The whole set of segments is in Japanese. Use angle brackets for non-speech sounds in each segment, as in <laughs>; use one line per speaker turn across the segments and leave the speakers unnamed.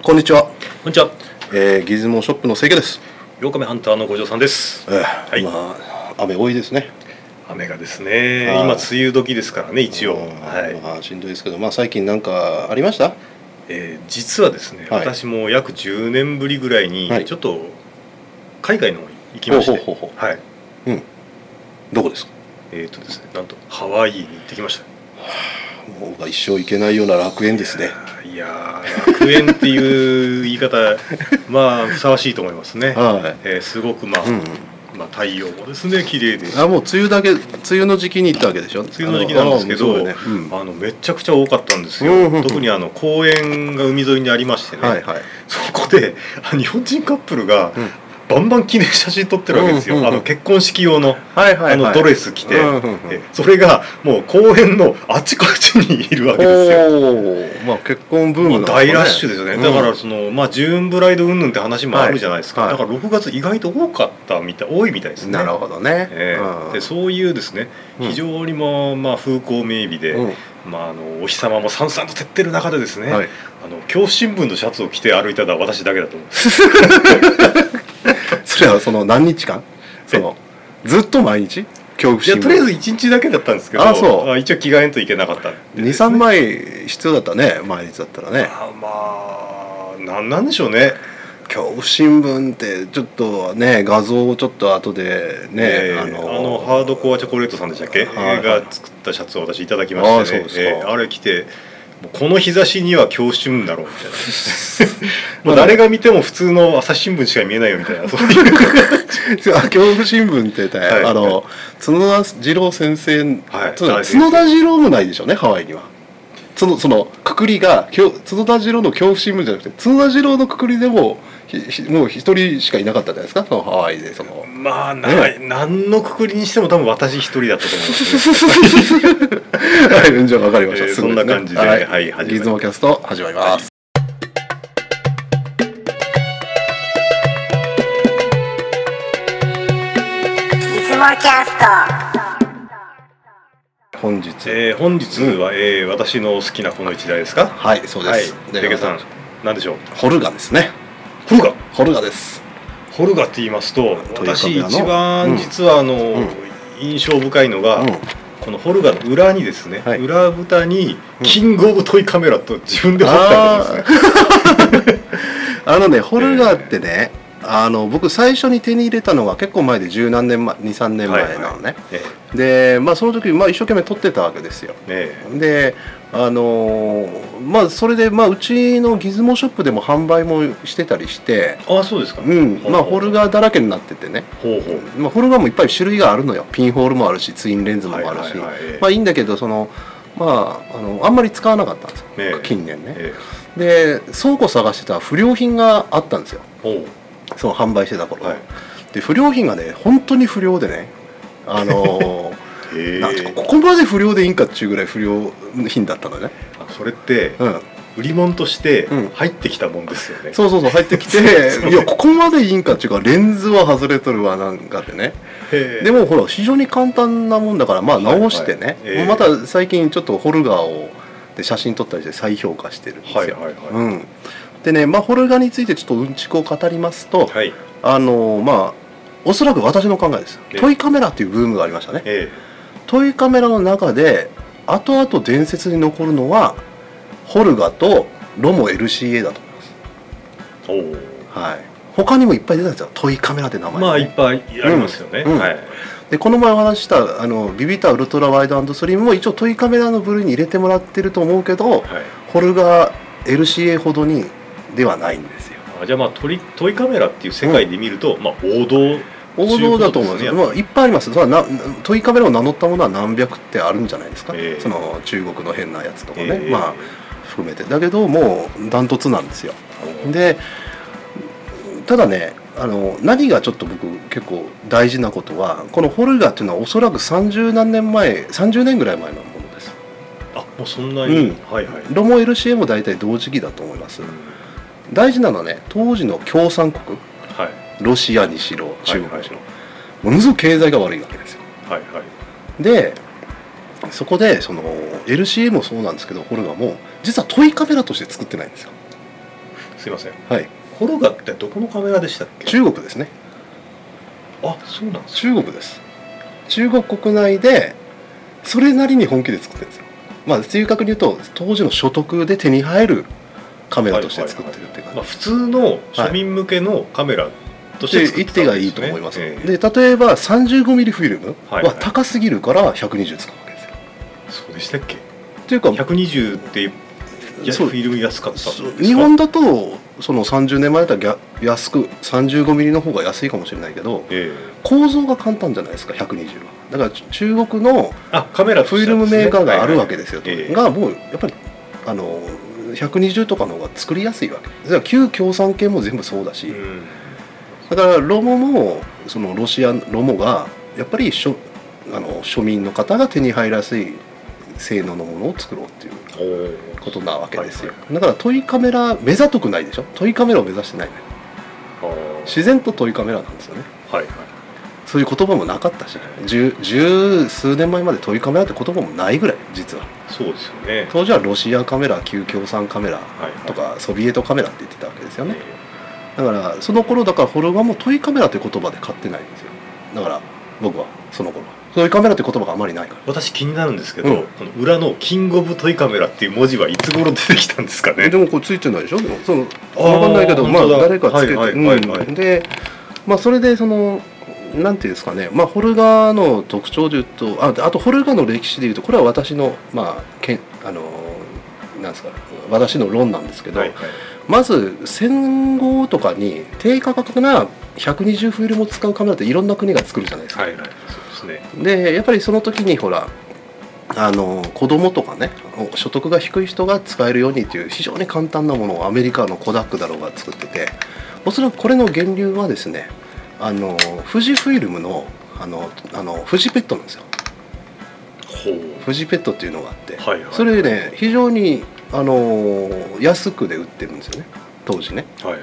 こんにちは、
こんにちは。
えー、ギズモショップの清家です、
八日目ハンターの五条さんです
え。ー
い
今雨多いですね
雨がですね、
はい
今梅雨時ですからね、一応。
うん
はい。
まあ、しんどいですけど、まあ、最近なんかありました
えー実はですね、
はい
私も約10年ぶりぐらいに
はい
ちょっと海外の方に行きまして、
ほうほうほうほ
はい。
どこですか
えっ、とですね、なんとハワイに行ってきました。
もう僕は一生行けないような楽園ですね
いやー、楽園っていう言い方、 <laughs> まあふさわしいと思いますね。
は
えーすごくまあ、
い、うんうん、
まあ太陽もですね、綺麗で。
あもう梅雨だけ梅雨の時期に行ったわけでしょ梅
梅雨の時期なんですけど、あ,、
うん
のめちゃくちゃ多かったんです
うん
よ、
うんうん
特にあの公園が海沿いにありましてね、
はいはい
そこであ日本人カップルが
うん
バンバン記念写真撮ってるわけですよ、
うんうんうん
あの結婚式用の
はいはい
あのドレス着て、えそれがもう公園のあちこちにいるわけですよ。
おおまあ結婚ブーム
も
なんですかね
う大ラッシュですよね、だからその、まあ、ジューンブライド云々って話もあるじゃないですか、
はいはい
だから6月意外と多かったみたい多いみたいです
うん
ね
なるほどね、
ええ
うん
でそういうですね
うん
非常にも、まあ、風光明媚で、
うん
まあ、あのお日様もさんさんと照ってる中でですね、
はい
あの恐怖新聞のシャツを着て歩いたのは私だけだと思うんです
<laughs> それはその何日間そのずっと毎日恐怖
いや
心
とりあえず1日だけだったんですけど
あそう
あ一応着替えんといけなかったんでです
23枚必要だったね毎日だったらね
あまあなんなんでしょうね
恐怖新聞ってちょっとね画像をちょっと後でね、
えーあのハードコアチョコレートさんでしたっけ、
はい
が作ったシャツを私いただきましてね
あ
あ
そうですか
あれ着てもうこの日差しには恐怖新聞だろうみ <laughs> たいなもう誰が見ても普通の朝日新聞しか見えないよみたいなそう <laughs> いう
あ <laughs> 恐怖新聞ってね、
はい
あの角田二郎先生、
はい
角田
大先
角
生
田二郎もないでしょうねハワイにはそのそのくくりがきょ角田二郎の恐怖新聞じゃなくて角田二郎のくくりでもひひもう一人しかいなかったじゃないですかそのハワイでその
まあな、何のくくりにしても多分私一人だったと思います、ね
はい、じゃあ分かりました、
えー
すごい
そんな感じで
はい、
はい始まります
ギズモキャスト始まります、
いつもキャスト
本日
えー本日は、えー私の好きなこの一台ですか
はいそう
は
で
い
す、
レケさん何でしょう
ホルガですね
ホルガ
ホルガです
ホルガって言いますと
というか
私
ねあの
一
うん
番実はあの、
ん
印象深いのが、
うん
このホルガの裏にですね、
はい
裏蓋に
うん
キングオブトイカメラと自分で彫ってあるんですね、
<laughs> あのねホルガーってね、あの僕最初に手に入れたのが結構前で十何年前23年前なのね、
え
で、まあ、その時、まあ、一生懸命撮ってたわけですよ
えね
であのーまあそれで、まあ、うちのギズモショップでも販売もしてたりして
えああそうですか
うんまあホル
ガ
ガーだらけになっててね
ほうほう
まあ、ホルガーもいっぱい種類があるのよピンホールもあるしツインレンズもあるし、
はいはいはいええ
まあいいんだけどそのまああのあんまり使わなかったんですよ、
ええ
近年ね、
え
で倉庫探してた不良品があったんですよ
えほ
その販売してた頃、
はい
で不良品がね本当に不良でねあ
<laughs>
の
うへえ
なんていうかここまで不良でいいんかっちゅうぐらい不良品だったのね、
あそれって
うん、
売り物として
うん
入ってきたもんですよね、
そうそうそう入ってきて
<laughs>
いやここまでいいんかっちゅうかレンズは外れとるわなんかってね
へえ
でもほら非常に簡単なもんだからまあ
はい
直してね、
ええ
また最近ちょっとホルガーをで写真撮ったりして再評価してるんですよ。
はいはいはい、
うん、でね、まあ、ホルガーについてちょっとうんちくを語りますと、
はい
あのまあおそらく私の考えです
ええ
トイカメラっていうブームがありましたね
え
トイカメラの中で後々伝説に残るのはホルガーとロモ LCA だと思います、
えおお
はい、他にもいっぱい出たんですよトイカメラって名前、
まあいっぱいありますよね、
うんうん
はい
でこの前お話ししたあのビビタウルトラワイドスリムも一応トイカメラの部類に入れてもらってると思うけど
はい
ホルガー LCA ほどにではないんですよ
あじゃあまあトリトイカメラっていう世界で見ると、まあ王道
王道だと思うんですよ、
そういうことですね
まあ、いっぱいありますそれはなトイカメラを名乗ったものは何百ってあるんじゃないですか、
ええ
その中国の変なやつとかね、
ええ
まあ含めてだけどもうダントツなんですよでただねあの何がちょっと僕結構大事なことはこのホルガーっていうのはおそらく30何年前30年ぐらい前のものです
あもうそんなに、
うん
はいはい、
ロモ LCA も大体同時期だと思います大事なのはね当時の共産国
はい
ロシアにしろ中国にしろ、
は
ものすごく経済が悪いわけですよ
はいはい
でそこでその LCA もそうなんですけどホルガーも実はトイカメラとして作ってないんですよ
すいません
はい、
ホルガってどこのカメラでしたっけ
中国ですね
あそうなんです
中国です中国国内でそれなりに本気で作ってるんですよまあ正確に言うと当時の所得で手に入るカメラとして作ってるっていう
まあ、
か
普通の庶民向けのカメラとして
で
作っ
一
て
手
たわ
が
け
いい
です
と
ね
思います、
ええ
で例えば 35mm フィルム
はいはい
は高すぎるから120使うわけですよ、
そうでしたっけ
というか
120っていや
そ
フ
う
ィルム安かったんです
そ
か
う日本だとその30年前だったらぎゃ安く 35mm の方が安いかもしれないけど
ええ
構造が簡単じゃないですか120はだからち中国の
あカメラ
フィルムメーカーがあるわけですよ、
ええ
がもうやっぱりあの120とかの方が作りやすいわけですだから旧共産系も全部そうだし、
うん
だからロモもそのロシアロモがやっぱり庶あの庶民の方が手に入りやすい性能のものを作ろうっていう
おー
ことなわけですよ、
は
だからトイカメラ目ざとくないでしょトイカメラを目指してないのよ
あー
自然とトイカメラなんですよね
はいはい
そういう言葉もなかったし十十数年前までトイカメラって言葉もないぐらい実は
そうですよね
当時はロシアカメラ旧共産カメラ
はいはい
とかソビエトカメラって言ってたわけですよね
え
だからその頃だからフォルガもトイカメラって言葉で買ってないんですよだから僕はその頃はトイカメラって言葉があまりないから
え私気になるんですけど、
うん
この裏の「キング・オブ・トイカメラ」っていう文字はいつ頃出てきたんですか
え
ね
でもこれついてないでしょでもその
あー
分かんないけどまあ
本当だ
誰かつけて、
はいはいはいはい
うんでまあそれでそのなんていうんですかねまあホルガーの特徴で言うとあであとホルガーの歴史で言うとこれは私のまあけんあのなんですか私の論なんですけど、
はいはい
まず戦後とかに低価格な120フィルムを使うカメラっていろんな国が作るじゃないですか、
はいはいそうですね
でやっぱりその時にほらあの子供とかね所得が低い人が使えるようにという非常に簡単なものをアメリカのコダックだろうが作ってておそらくこれの源流はですねあの富士フィルムのあのあの富士ペットなんですよ
ほう
富士ペットっていうのがあって、
はいはい
それね非常にあの安くで売ってるんですよね当時ね
はい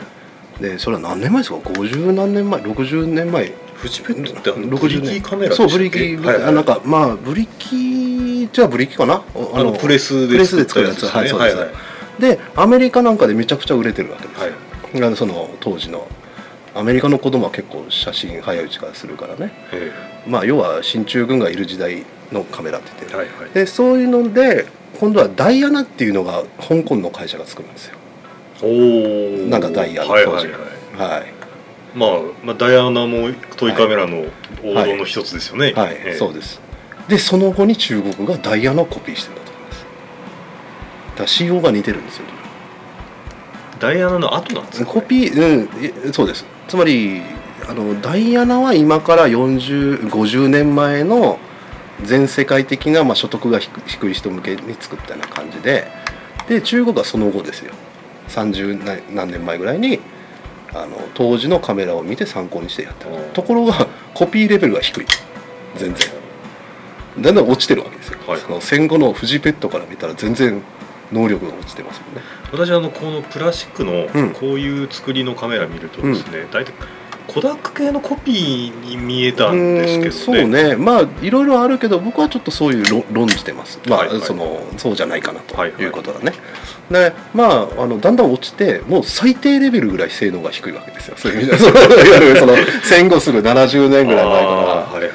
でそれは何年前ですか50何年前60年前
フジペットってあのブリ
60
キ
年
ーカメラでした
そ
っ
う
け
ブリキ、
はいはい
あなんかまあブリキじゃあブリキかなお
あのプレスで
プレスで作るやつはい
です
そ
ね
うで
はい
す
はい
でアメリカなんかでめちゃくちゃ売れてるわけです
はい
よ、あのその当時のアメリカの子供は結構写真早いうちからするからね
え
まあ要は進駐軍がいる時代のカメラって言っ
え
て
はいはい
でそういうので今度はダイアナっていうのが香港の会社が作るんですよ
おお
なんかダイヤの
はいは
当時
いはい
はい
まあ、まあ、ダイアナもトイカメラの王道の一つですよね、
はい、
ええ
そうですでその後に中国がダイヤのコピーしてるんだと思いますだから仕様が似てるんですよ
ダイアナの後なんですか
コピー、うん、えそうですつまりあのダイアナは今から4050年前の全世界的な、まあ、所得が低低い人向けに作ったような感じでで中国はその後ですよ30な何年前ぐらいにあの当時のカメラを見て参考にしてやった
うん
ところがコピーレベルが低い全然だんだん落ちてるわけですよ、
はい
その戦後のフジペットから見たら全然能力が落ちてますもんね
私あのこのプラスチック
うん
のこういう作りのカメラ見るとですね、大体コダック系のコピーに見えたんですけど
うー
ね
んそうねまあいろいろあるけど僕はちょっとそういう論論じてますまあ、
はいはい
そのそうじゃないかなと
はいはい
いうことだね、でまああのだんだん落ちてもう最低レベルぐらい性能が低いわけですよそういう意味では <laughs> そのいわゆるその戦後すぐ70
あ
年
ー
ぐらい前から
はいはいはい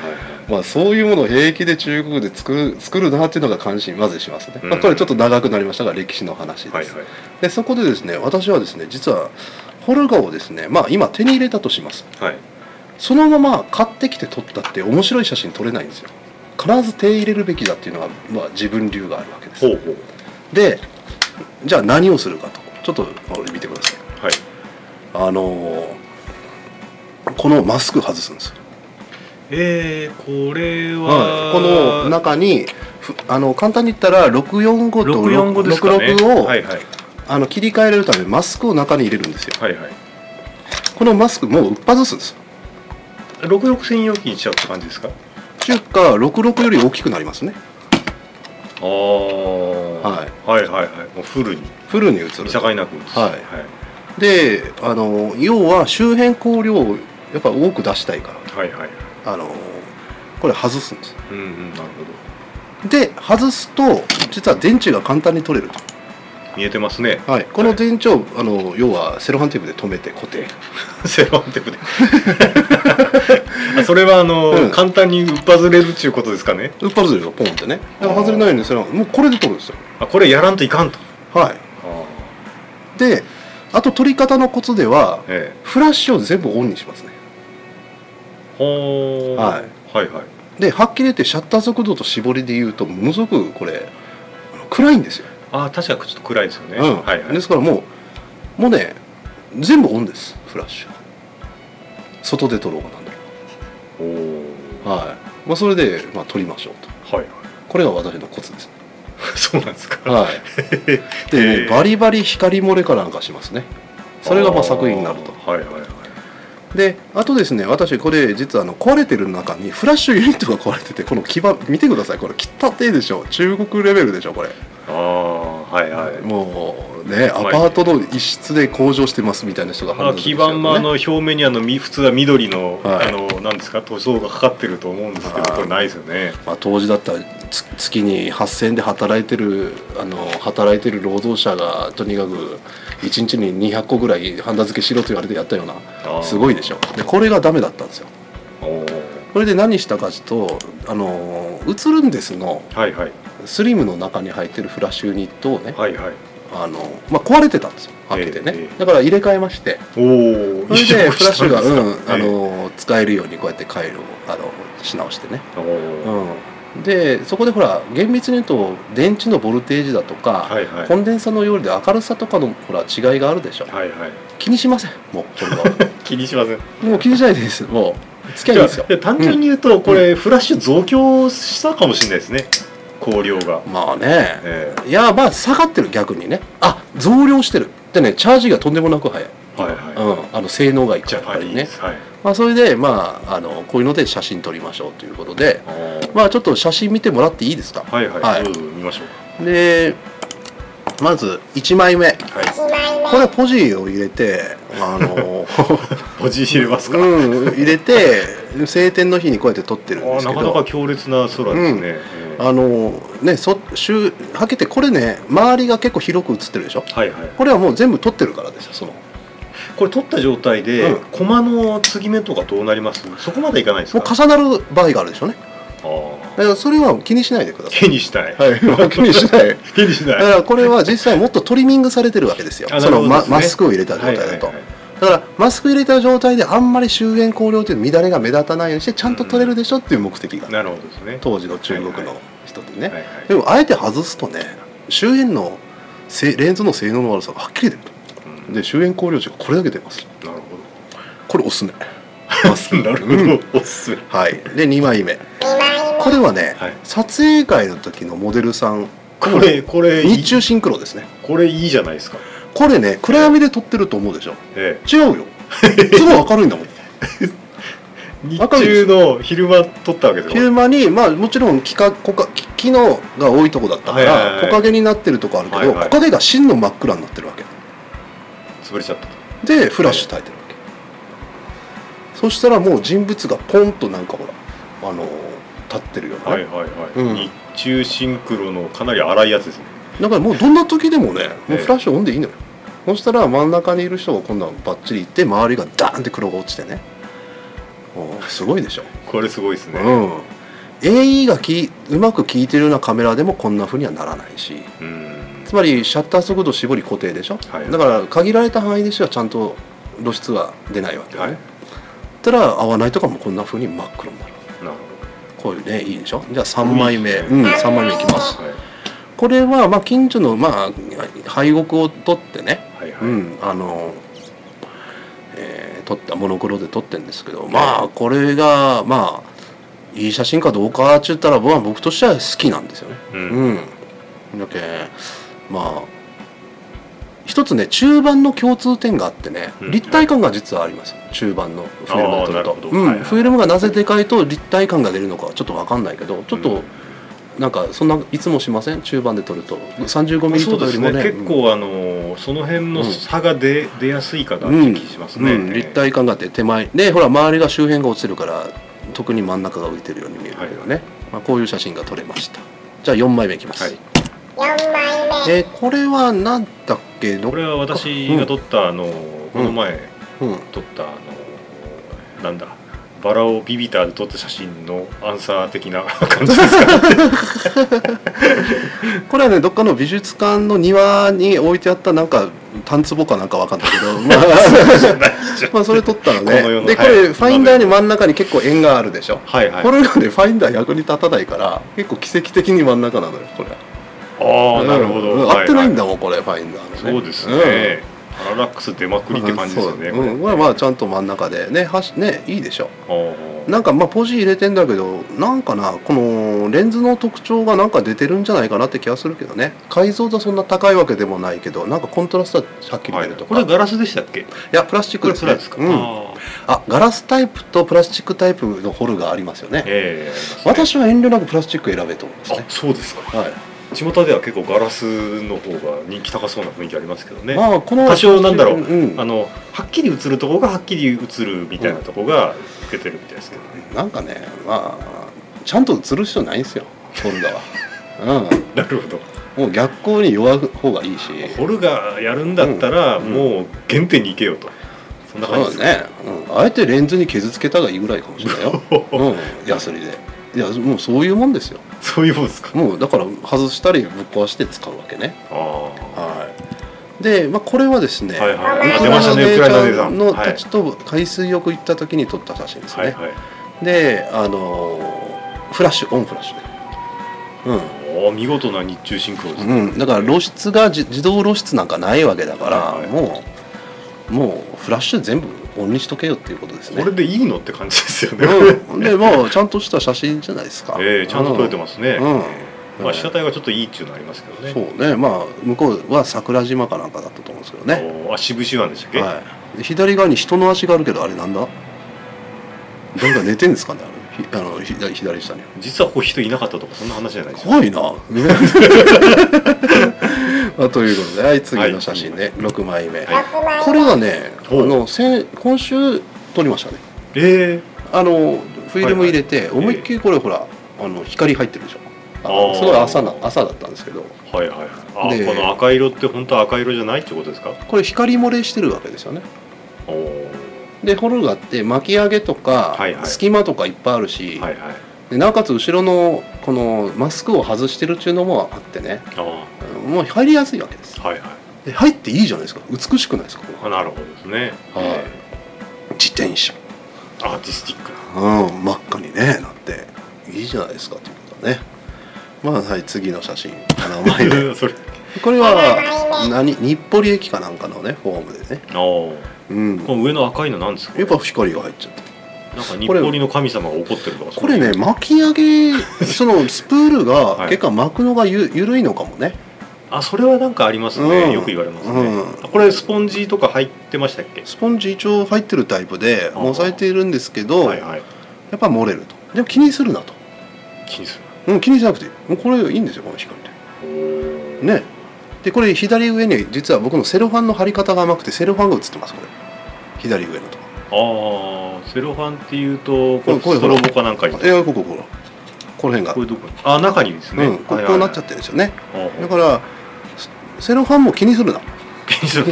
まあ、そういうものを平気で中国で作る作るなっていうのが関心まずしますね、ま
う
あ、
ん
これちょっと長くなりましたが歴史の話です、
はいはい
でそこでですね私はですね実はホルガをですねまあ今手に入れたとします
はい
そのまま買ってきて撮ったって面白い写真撮れないんですよ必ず手入れるべきだっていうのは、まあ、自分流があるわけで
ほう
す
ほう
でじゃあ何をするかとちょっとこれ見てください
はい
あのーこのマスク外すんですよ、
えー、これは、
はい、この中にふあの簡単に言ったら645と
645ですかね
66を、
はいはい
あの切り替えれるためマスクを中に入れるんですよ
はいはい
このマスクもう売っ外すんですよ
66専用機にしちゃうって感じですか
っていうか66より大きくなりますね
ああ、、
はい
はいはいはいもうフルに
フルに映る
見境なく映す
はいであの要は周辺香料をやっぱ多く出したいか
はい、はいはい
らあのこれ外すんです
うんうんなる
で外すと実は電池が簡単に取れると
ほ見えてま
<laughs>
すね
はい、この全長、あの要はセロハンテープで留めて固定
セロハンテープで <laughs> あそれはあの、
うん
簡単にうっぱずれるっていうことですかね
うっぱずれがポンってねだから外れないようにセロハンもうこれで取るんですよ
あこれやらんといかんと
はいであと取り方のコツでは
ええ
フラッシュを全部オンにしますね
ほー
はい
はいはい
ではっきり言ってシャッター速度と絞りで言うとものすごくこれあの暗いんですよ、
あ確かにちょっと暗いですよね、
うん
はいはい
ですからもうもうね全部オンですフラッシュ外で撮ろうかなんだろ
おー
うはい、まあ、それで、まあ、撮りましょうと
はい <laughs> はい
これが私のコツです
そうなんですか、
はい、
<laughs>
でね、
ええ
バリバリ光漏れかなんかしますねそれがまあ作品になると
あーはいはいはい
であとですね私これ実はあの壊れてる中にフラッシュユニットが壊れててこの基板見てくださいこれ汚ってでしょ中国レベルでしょこれ、
ああはいはい
もうねアパートの一室で工場してますみたいな人が
まあ、
話
基板もあの表面にあのみ普通は緑の,、
はい
あのなんですか塗装がかかってると思うんですけど
はい
これないですよね
まあ、当時だったらつ月に8,000円で働いてるあの働いてる労働者がとにかく1日に200個ぐらいハンダ付けしろと言われてやったよう
あ
な
ー
すごいでしょでこれがダメだったんですよ
おー
これで何したかというと「あの映るんです」の
はいはい
スリムの中に入ってるフラッシュユニットをね、
はいはい
あのまあ、壊れてたんですよはっきり言ってね、
ええええ
だから入れ替えま
<laughs>
して
おお
それでフラッシュが、うんあ
あの
の使えるようにこうやって回路をあのし直してね、うん、でそこでほら厳密に言うと電池のボルテージだとか、
はいはい
コンデンサの容量で明るさとかのほら違いがあるでしょ、
はいはい
気にしませんもうこれ
<laughs>
は
気にしません
もう気にしないでいいですもう付き合い
じ
い
ゃ
いですよ
あ単純に言うと、これフラッシュ増強したかもしれないですね光量が、
まあね
え
いやまあ下がってる逆にねあ増量してるでねチャージがとんでもなく早い、
えはいはい、
うん、あの性能がいいか
ジ
ら
ャ
やっぱ
パニ
り
ー
ね
ズ、はい
まあ、それでまああのこういうので写真撮りましょうということで
あー
まあちょっと写真見てもらっていいですか
はいはい、
はい
どうぞ見ましょう
でまず1枚目
かはい
1枚目
これポジを入れてあ <laughs> の
ポジ入れますか、
うん入れて晴天の日にこうやって撮ってるんで
あー
すけ
なかな
ど
か強烈な空ですね、
うん
ええ
あのねそしゅはけてこれね周りが結構広く写ってるでしょ
はいはい
これはもう全部撮ってるからですよその
これ取った状態で、
うん
コマの継ぎ目とかどうなりますそこまでいかないです
もう
か
重なる場合があるでしょうね
あ
だか
あ
らそれは気にしないでください
手にしたい、
はい気にし <laughs> ない
手にしな
だ
い
からこれは実際もっとトリミングされてるわけですよ
あな
そ
るほ
の
ど
ま
ですね
マスクを入れた状態だと、
はいはいはい
だからマスク入れた状態であんまり周辺光量という乱れが目立たないようにしてちゃんと取れるでしょっていう目的が、
なるほどですね
当時の中国の人でね、
はいはい
でもあえて外すとね周辺のせレンズの性能の悪さがはっきり出ると
うん
で周辺光量値がこれだけ出ます
なる
これおすすめ
ほどなるほどおすすめ
はいで2枚目
2枚
これはね、
はい
撮影会の時のモデルさん
これこれいい
日中シンクロですね
これいいじゃないですか
これね暗闇で撮ってると思うでしょ
え
違う <laughs> よすごい明るいんだもん
え日中の昼間取ったわけです
昼
よ
間にまあもちろん木か木か木木のが多いとこだったから、
はいはいはい
木陰になってるとこあるけど、
はいはい
木陰が真の真っ暗になってるわけ
潰れちゃったと
でフラッシュ焚いてるわけ、そしたらもう人物がポンとなんかほらあの立ってるよね、
はいはいはい、
うん
日中シンクロのかなり荒いやつですね
だからもうどんな時でもねも
ええ
うフラッシュオンでいいのよ、そしたら真ん中にいる人が今度はバッチリいって周りがダーンって黒が落ちてねおーすごいでしょ、
これすごいですね、
うん AE がきうまく効いてるようなカメラでもこんな風にはならないし
うん
つまりシャッター速度絞り固定でしょ、
はい
だから限られた範囲でしかちゃんと露出は出ないわけよ
はい
ね、たら合わないとかもこんな風に真っ黒になる
なる
こういうねいいでしょじゃあ3枚目、
う
うんん、3枚目いきます
ほど、はい
これはまあ近所のまあ廃屋を取ってね、
はいはい、
うんあのえー撮ったモノクロで撮ってるんですけどまあこれがまあいい写真かどうかって言ったら僕は僕としては好きなんですよね
うん
うん、だけまあ一つね中盤の共通点があってね、
うん
立体感が実はあります中盤のフィルムで撮る
あーなる
と
ほど
うん
はいはい
フィルムがなぜでかいと立体感が出るのかはちょっと分かんないけどちょっ
う
と
ん
なんかそんないつもしません中盤で撮ると 35mm
そ
と
う
かより
です
もね
ね結構あのーその辺の差が出,、出やすいかなっ
うん
て気しますね、
うん立体感があって手前でほら周りが周辺が落ちてるから特に真ん中が浮いてるように見えるけどね、まあ、こういう写真が撮れましたじゃあ4枚目いきます、
はい
4枚目
えこれは何だっけど
これは私が撮ったあのこの前
うん、
撮ったあのなんだバラをビビターで撮った写真のアンサー的な <laughs> 感じですか
これはねどっかの美術館の庭に置いてあったなんかタンツボかなんかわかんないけ
<laughs>
ど、まあ、まあそれ撮ったら
この世
ね
の
でこ
は
れ
い
ファインダーに真ん中に結構縁があるでしょ
はいはい
これがねファインダー役に立たないから結構奇跡的に真ん中なのよこれ
ああなるほ
うん
ど
合ってないん
だ
だもんこれファインダーのね
そうです
ん
ねパララックス出まくりって感じですよね
そううん、これはまあちゃんと真ん中でねはしねいいでしょ
あー
なんかまあポジ入れてんだけどなんかなこのレンズの特徴がなんか出てるんじゃないかなって気がするけどね解像度はそんな高いわけでもないけどなんかコントラストははっきり
は
出
い
ると
こ
か、、
れはいガラスでしたっけ
やプラスチックです,、ね、
あ
うん、あ
ー
ガラスタイプとプラスチックタイプのホルがありますよね
ええありますね
私は遠慮なくプラスチック選べと思うんです
あ
ね
そうですか
はい、
巷では結構ガラスの方が人気高そうな雰囲気ありますけどね、
まあこの
多少なんだろう
うん、
あのはっきり映るとこがはっきり映るみたいなとこが受けてるみたいですけどね、
なんかねまあちゃんと映る必要ないんですよホルダは
<laughs> なるほど
うんもう逆光に弱い方がいいし
ホルがやるんだったら
うん
もう原点に行けよと、そんな感じ
そ
で
う
す
だね、うん、あえてレンズに傷つけたがいいぐらいかもしれない
<laughs>
よ、うん、ヤスリでいやもうそういうもんですよ
そういうもんですか
もうだから外したりぶっ壊して使うわけね
あー
はいで、まあ、これはですね、
はいはいいあ出ましたねウクライナの値段
の
はい
たちと海水浴行った時に撮った写真ですね、
はいはい
であのーフラッシュオンフラッシュでうん
おー見事な日中シンクロですね、
うん、だから露出がじ自動露出なんかないわけだから、
はいはい
もうもうフラッシュ全部オンにしとけよっていうことですね
これでいいのって感じですよね、、
うん、でまあちゃんとした写真じゃないですか
<laughs> ええちゃんと撮れてますね、
うん
まあ被写体がちょっといいっていうのはありますけどね
そうねまあ向こうは桜島かなんかだったと思うんですけどね、
おーあ渋々なんでしたっけ、
はい、左側に人の足があるけどあれなんだ誰か寝てんですかねあのひあの左左下に
実はここ人いなかったとかそんな話じゃないですよ <laughs>
怖いな、 <laughs> まあ、ということではい次の写真ね、6枚目、
はい
6枚目
これはねあ
ほう
の先今週撮りましたね
ええ
あのフィルム入れて、
はい
思いっきりこれほら、あの光入ってるでしょあ
あ
の
ー
すごい朝な朝だったんですけど
はいはいはい
で
あこの赤色って本当は赤色じゃないってことですか
これ光漏れしてるわけですよね
おー
でホルガって巻き上げとか、
はいはい
隙間とかいっぱいあるし、
はいはい
でなおかつ後ろのこのマスクを外してるっていうのもあってね
あー
もう入りやすいわけです
はいはい
で入っていいじゃないですか美しくないですかこ
あなるほどですね
れはい自転車
アーティスティックな
うん真っ赤にねなっていいじゃないですかということだねまあはい次の写真7枚
<laughs>
目
それ
これ
七
は <laughs> 何日暮里駅かなんかのねフォームでね
あー
うん
この上の赤いのなんですか
やっぱ光が入っちゃって
なんか日暮里の神様が怒ってるとか
これね
そういう
巻き上
<laughs>
げそのスプールが
はい
結果巻くのがゆ緩いのかもね
あそれはなんかありますね、
うん
よく言われますね、
うん
あこれスポンジとか入ってましたっけ
スポンジ一応入ってるタイプで
あー
もうされているんですけど、
はいはい
やっぱ漏れるとでも気にするなと、
気にする
うん、気にしなくていいもうこれいいんですよこの光ってねでこれ左上に実は僕のセロファンの貼り方が甘くてセロファンが映ってますこれ左上のとこ
ああセロファンっていうとこれ
これ
ストロボかなんかに
えこここここの辺が
これどこにあ中にですね、
うん、ここうなっちゃってるんですよね
て、はいはい
だからセセロファンも気にするなこ
気に
<laughs>
する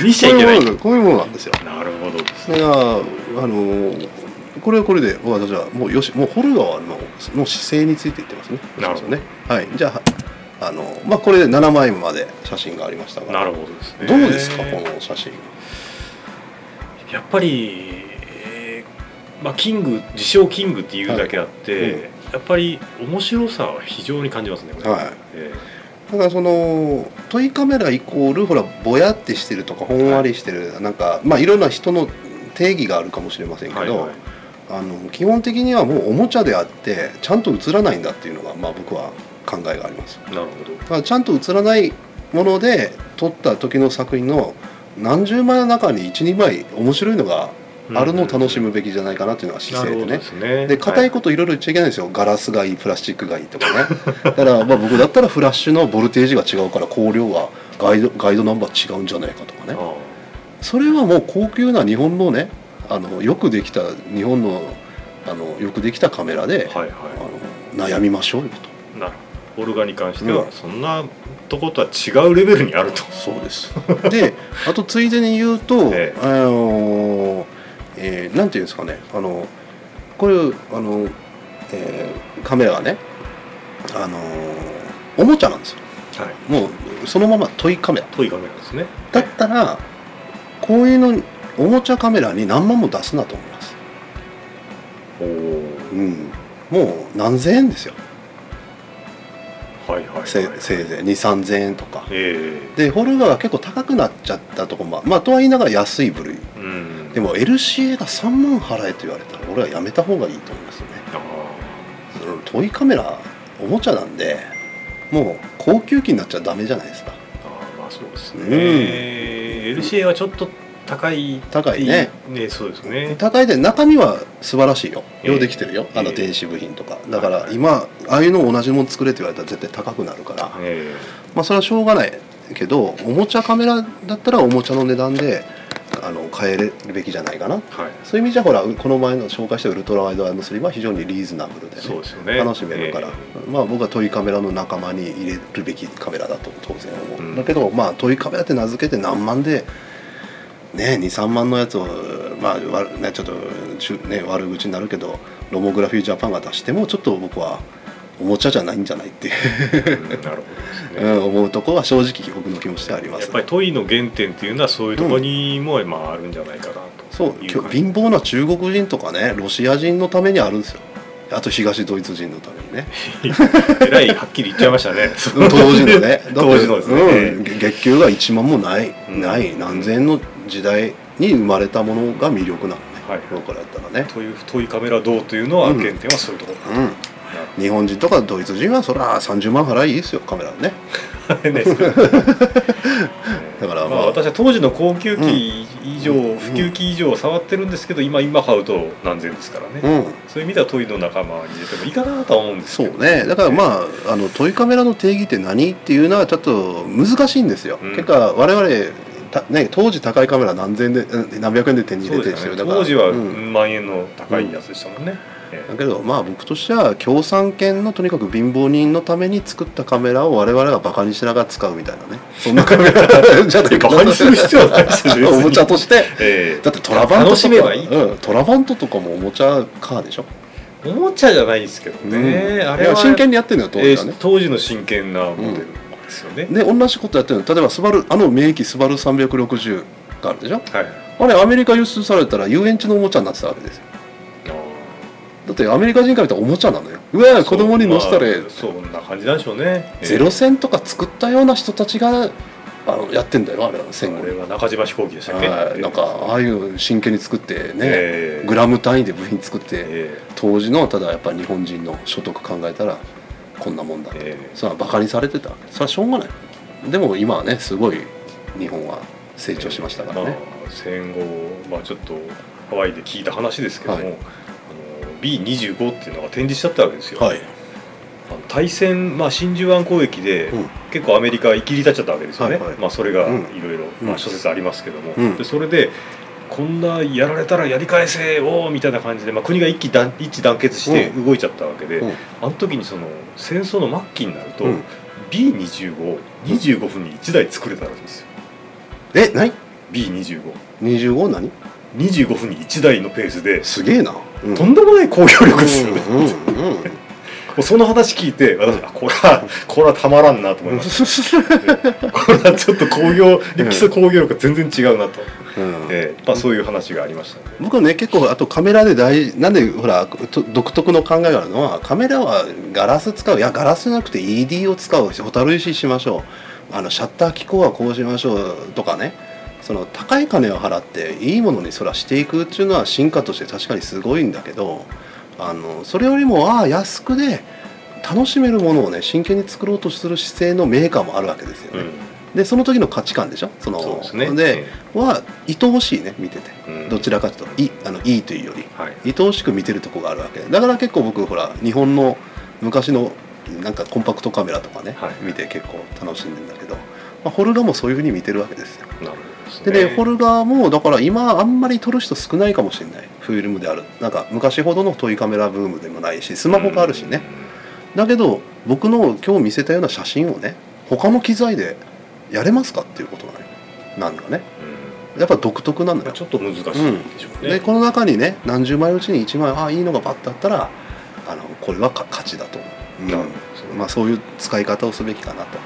気にしち
う
ゃいけないいう
ものこういうものなんですよ
なるほどです
だ
ね
からあのこれはこれで私はもうよしもうホルガーのの姿勢について言ってますね
なるほど
ねはいじゃああのまあこれで7枚まで写真がありましたが
なるほどですね
どうですかこ
や
の写真
っぱり、えーまあ、キング自称キングっていうだけあって、
はいうん
やっぱり面白さは非常に感じますねこれ
はい
え
だからそのトイカメライコールほらぼやってしてるとかほんわりしてる、なんかまあいろんな人の定義があるかもしれません
ー
けど、
はいはい
あの基本的にはもうおもちゃであってちゃんと映らないんだっていうのが、まあ、僕は考えがあります
なるほど
だからちゃんと映らないもので撮った時の作品の何十枚の中に12枚面白いのがあるのを楽しむべきじゃないかなっていうのが姿勢で
なる
ね
ほど。ですね
で硬い
は
こといろいろ言っちゃいけないんですよ、ガラスがいいプラスチックがいいとかねだからまあ僕だったらフラッシュのボルテージが違うから光量がガイドガイドナンバー違うんじゃないかとか
い
ね
あ
それはもう高級な日本のねあのよくできた日本のあのよくできたカメラで、
ーはい
あ
は
の悩みましょうよ
いなるホルガに関して
う
は
ん
そんなとことは違うレベルにあると
そうですであとついでに言うと、
<laughs> ええ
あのえーなんていうんですかねあのこれあの、えーカメラがねあのおもちゃなんですよ
はい
もうそのままトイカメラ
遠いカメラですね
だったらこういうのおもちゃカメラに何万も出すなと思います、
おお
うん、もう何千円ですよ
はいはいはい
せせいぜい23000円とか
え
でホルガーが結構高くなっちゃったとこもまあとは言いながら安い部類
えうん
でも LCA が3万払えと言われたら俺はやめた方がいいと思いますね
あ
そのトイカメラおもちゃなんでもう高級機になっちゃダメじゃないですか
ーあーまあそうですね、
うん
LCA はちょっと高い
高いね
ねそうですね
高いで中身は素晴らしいよ
ええ
ようできてるよあの
ええ
電子部品とかだから
はいはい
今ああいうの同じもの作れって言われたら絶対高くなるから
え
まあそれはしょうがないけどおもちゃカメラだったらおもちゃの値段であの買えるべきじゃないかな
えはい
そういう意味じゃほらこの前の紹介したウルトラワイドアイムスリーは非常にリーズナブルでね
そうですよね
楽しめるから、
え
まあ僕はトイカメラの仲間に入れるべきカメラだと当然思う、
うん
だけどまあトイカメラって名付けて何万でね23万のやつをまあわね、ちょっとちゅ、ね、悪口になるけどロモグラフィージャパンが出してもちょっと僕はおもちゃじゃないんじゃないっていう、
え <laughs> うんなるほどですね、
うん思うとこは正直僕の気持ちではあります
やっぱりトイの原点っていうのはそういうところにもまああるんじゃないかなと
そう
い
きょ
感じ
貧乏な中国人とかねロシア人のためにあるんですよあと東ドイツ人のためにね
<laughs> えらいはっきり言っちゃいましたね
当時
<laughs>
のねだって
当時のですね、
うん、げ月給が1万もない、
うん
ない何千円の時代に生まれたものが魅力なのね、
はい
僕らだったらね、
という太いカメラどうというのは
うん
原点はそういうところだ
うん、日本人とかドイツ人はそりゃ30万払いいいですよカメラね <laughs>
な変ですけど
だからま
ま
あ
あ私は当時の高級機以上、普及機以上を触ってるんですけど今今買うと何千ですからね、
うん
そういう意味ではトイの仲間に入れてもいいかなとは思うんです
そ
けど
うねだからまああのトイカメラの定義って何っていうのはちょっと難しいんですよ、
うん
結果我々たね、当時高いカメラ何千円でうん何百円で手に
そ
入
う
れて
で
るんですすよだ
よね
から
当時は
うん
万円の高いやつでしたもんね、え
だけどまあ僕としては共産圏のとにかく貧乏人のために作ったカメラを我々がバカにしながら使うみたいなねそんなカメラじゃない
え
か
バカにする必要はないですよ別に
<laughs> おもちゃとして
え
だってトラバントとか
楽しめばいい
うん、トラバントとかもおもちゃカーでしょ、
えおもちゃじゃないですけどね、
うん
あれ
いや
は
真剣にやってるのよ当時は
え
ね
ー、当時の真剣なモデルですよね、
で同じことやってるの例えばスバルあの名機スバル360があるでしょ
はい
あれアメリカ輸出されたら遊園地のおもちゃになってたわけですよだってアメリカ人から見たらおもちゃなのようわー子供に乗せたれ、
まあそんな感じなんでしょうね
ゼロ戦とか作ったような人たちがあのやってんだよあれは戦
戦後
後
あれ
に
は中島飛行機でしたっけ
はいなんかああいう真剣に作ってね、
えー
グラム単位で部品作って
え
当時のただやっぱ日本人の所得考えたらこんなもんだ
ー
と、
えー
それはバカにされてたそれはしょうがないでも今はねすごい日本は成長しましたからね、
まあ、戦後、まあ、ちょっとハワイで聞いた話ですけども、
はい
あの B25 っていうのが展示しちゃったわけですよ、
はい
あの対戦、まあ、真珠湾攻撃で、
うん
結構アメリカは生きり立っちゃったわけですよね、
はいはい
まあ、それが
うん
いろいろ
うん
諸説ありますけども、
うん
でそれでこんなやられたらやり返せおーみたいな感じで、まあ、国が一気団一致団結して
う
動いちゃったわけで、
うん
あの時にその戦争の末期になると、
うん
B2525 25分に1台作れたらしいんですよ
え何
B2525
25何
分に1台のペースです
げえな、うん
とんでもない工業力ですよね、
うんうんう
<laughs>
ん
もうその話聞いて私、あこれはこれはたまらんなと思いましたこれはちょっと工業基礎工業力が全然違うなと、
うん
えーまあ、そういう話がありましたね
僕はね結構あとカメラで大事なんでほらと独特の考えがあるのはカメラはガラス使ういやガラスじゃなくて ED を使うホタル石しましょうあのシャッター機構はこうしましょうとかねその高い金を払っていいものにそらしていくっていうのは進化として確かにすごいんだけどあのそれよりもああ安くで楽しめるものをね真剣に作ろうとする姿勢のメーカーもあるわけですよ
う
ね、
ん
でその時の価値観でしょその
そうですね
では愛おしいね見てて
うん
どちらかというといあのいいというより
はい
愛おしく見てるとこがあるわけだから結構僕ほら日本の昔のなんかコンパクトカメラとかね、
はい
見て結構楽しんでんだけど、まあ、ホルガーもそういうふうに見てるわけですよ
なるほど
で
で
ね
すね
ホルガーもだから今あんまり撮る人少ないかもしれないフィルムであるなんか昔ほどのトイカメラブームでもないしスマホがあるしね、だけど僕の今日見せたような写真をね他の機材でやれますかっていうことがねなんかねやっぱ独特なの
まあ
よ
ちょっと難しいでしょうね、
でこの中にね何十枚のうちに1枚あいいのがパッとあったらあのこれはか勝ちだと、うん
なるほどそう
まあ、そういう使い方をすべきかなと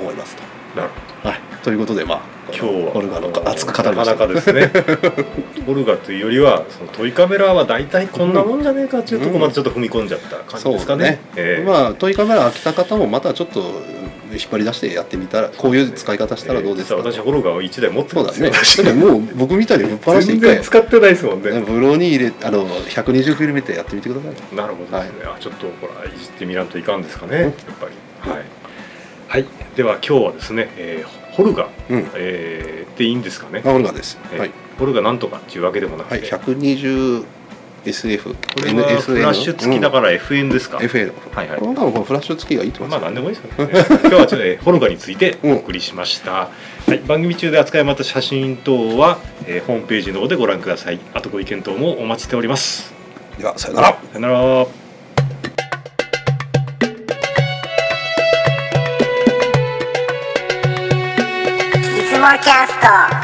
思いますと。
なる
はい、ということでまあ
ほど今日は
オルガの熱く語りま
なか
した
なかですね <laughs> オルガというよりはそのトイカメラは大体こんなもんじゃねえかっていうところまでちょっと踏み込んじゃった感じですかね,、
そう
ええ
まあ問いカメラ飽きた方もまたちょっと引っ張り出してやってみたらこういう使い方したらどうですか
ええ
と、
実は私オルガを1台持って
そ
る
うんだ
ですよ、
ねそれもう僕みたいにぶっ放して
<laughs> 全
一
然
回
使ってないですもんね、
ブローに入れあの120フィルメーターやってみてください
なるほどですね、あちょっとほらいじってみらんといかんですかね、
うん
やっぱりはい、はい、では今日はですね、えーホルガ、
うん
えー、でいいんですかね、
あオルガです、
えー
はい、
ホルガなんとかっていうわけでもな
は
く
い、
て、
120 SF
これはフラッシュ付きだから FN ですか、
ら FL
はいはい
この中もこのフラッシュ付きがいいってこ
ま
と
あ
で
何でもいいです
<laughs>
よね今日はちょっと、えーホルガについてお送りしました、はい、番組中で扱いまった写真等は、えーホームページの方でご覧くださいあとご意見等もお待ちしております
すではさよなら
さよなら
いつもキャスト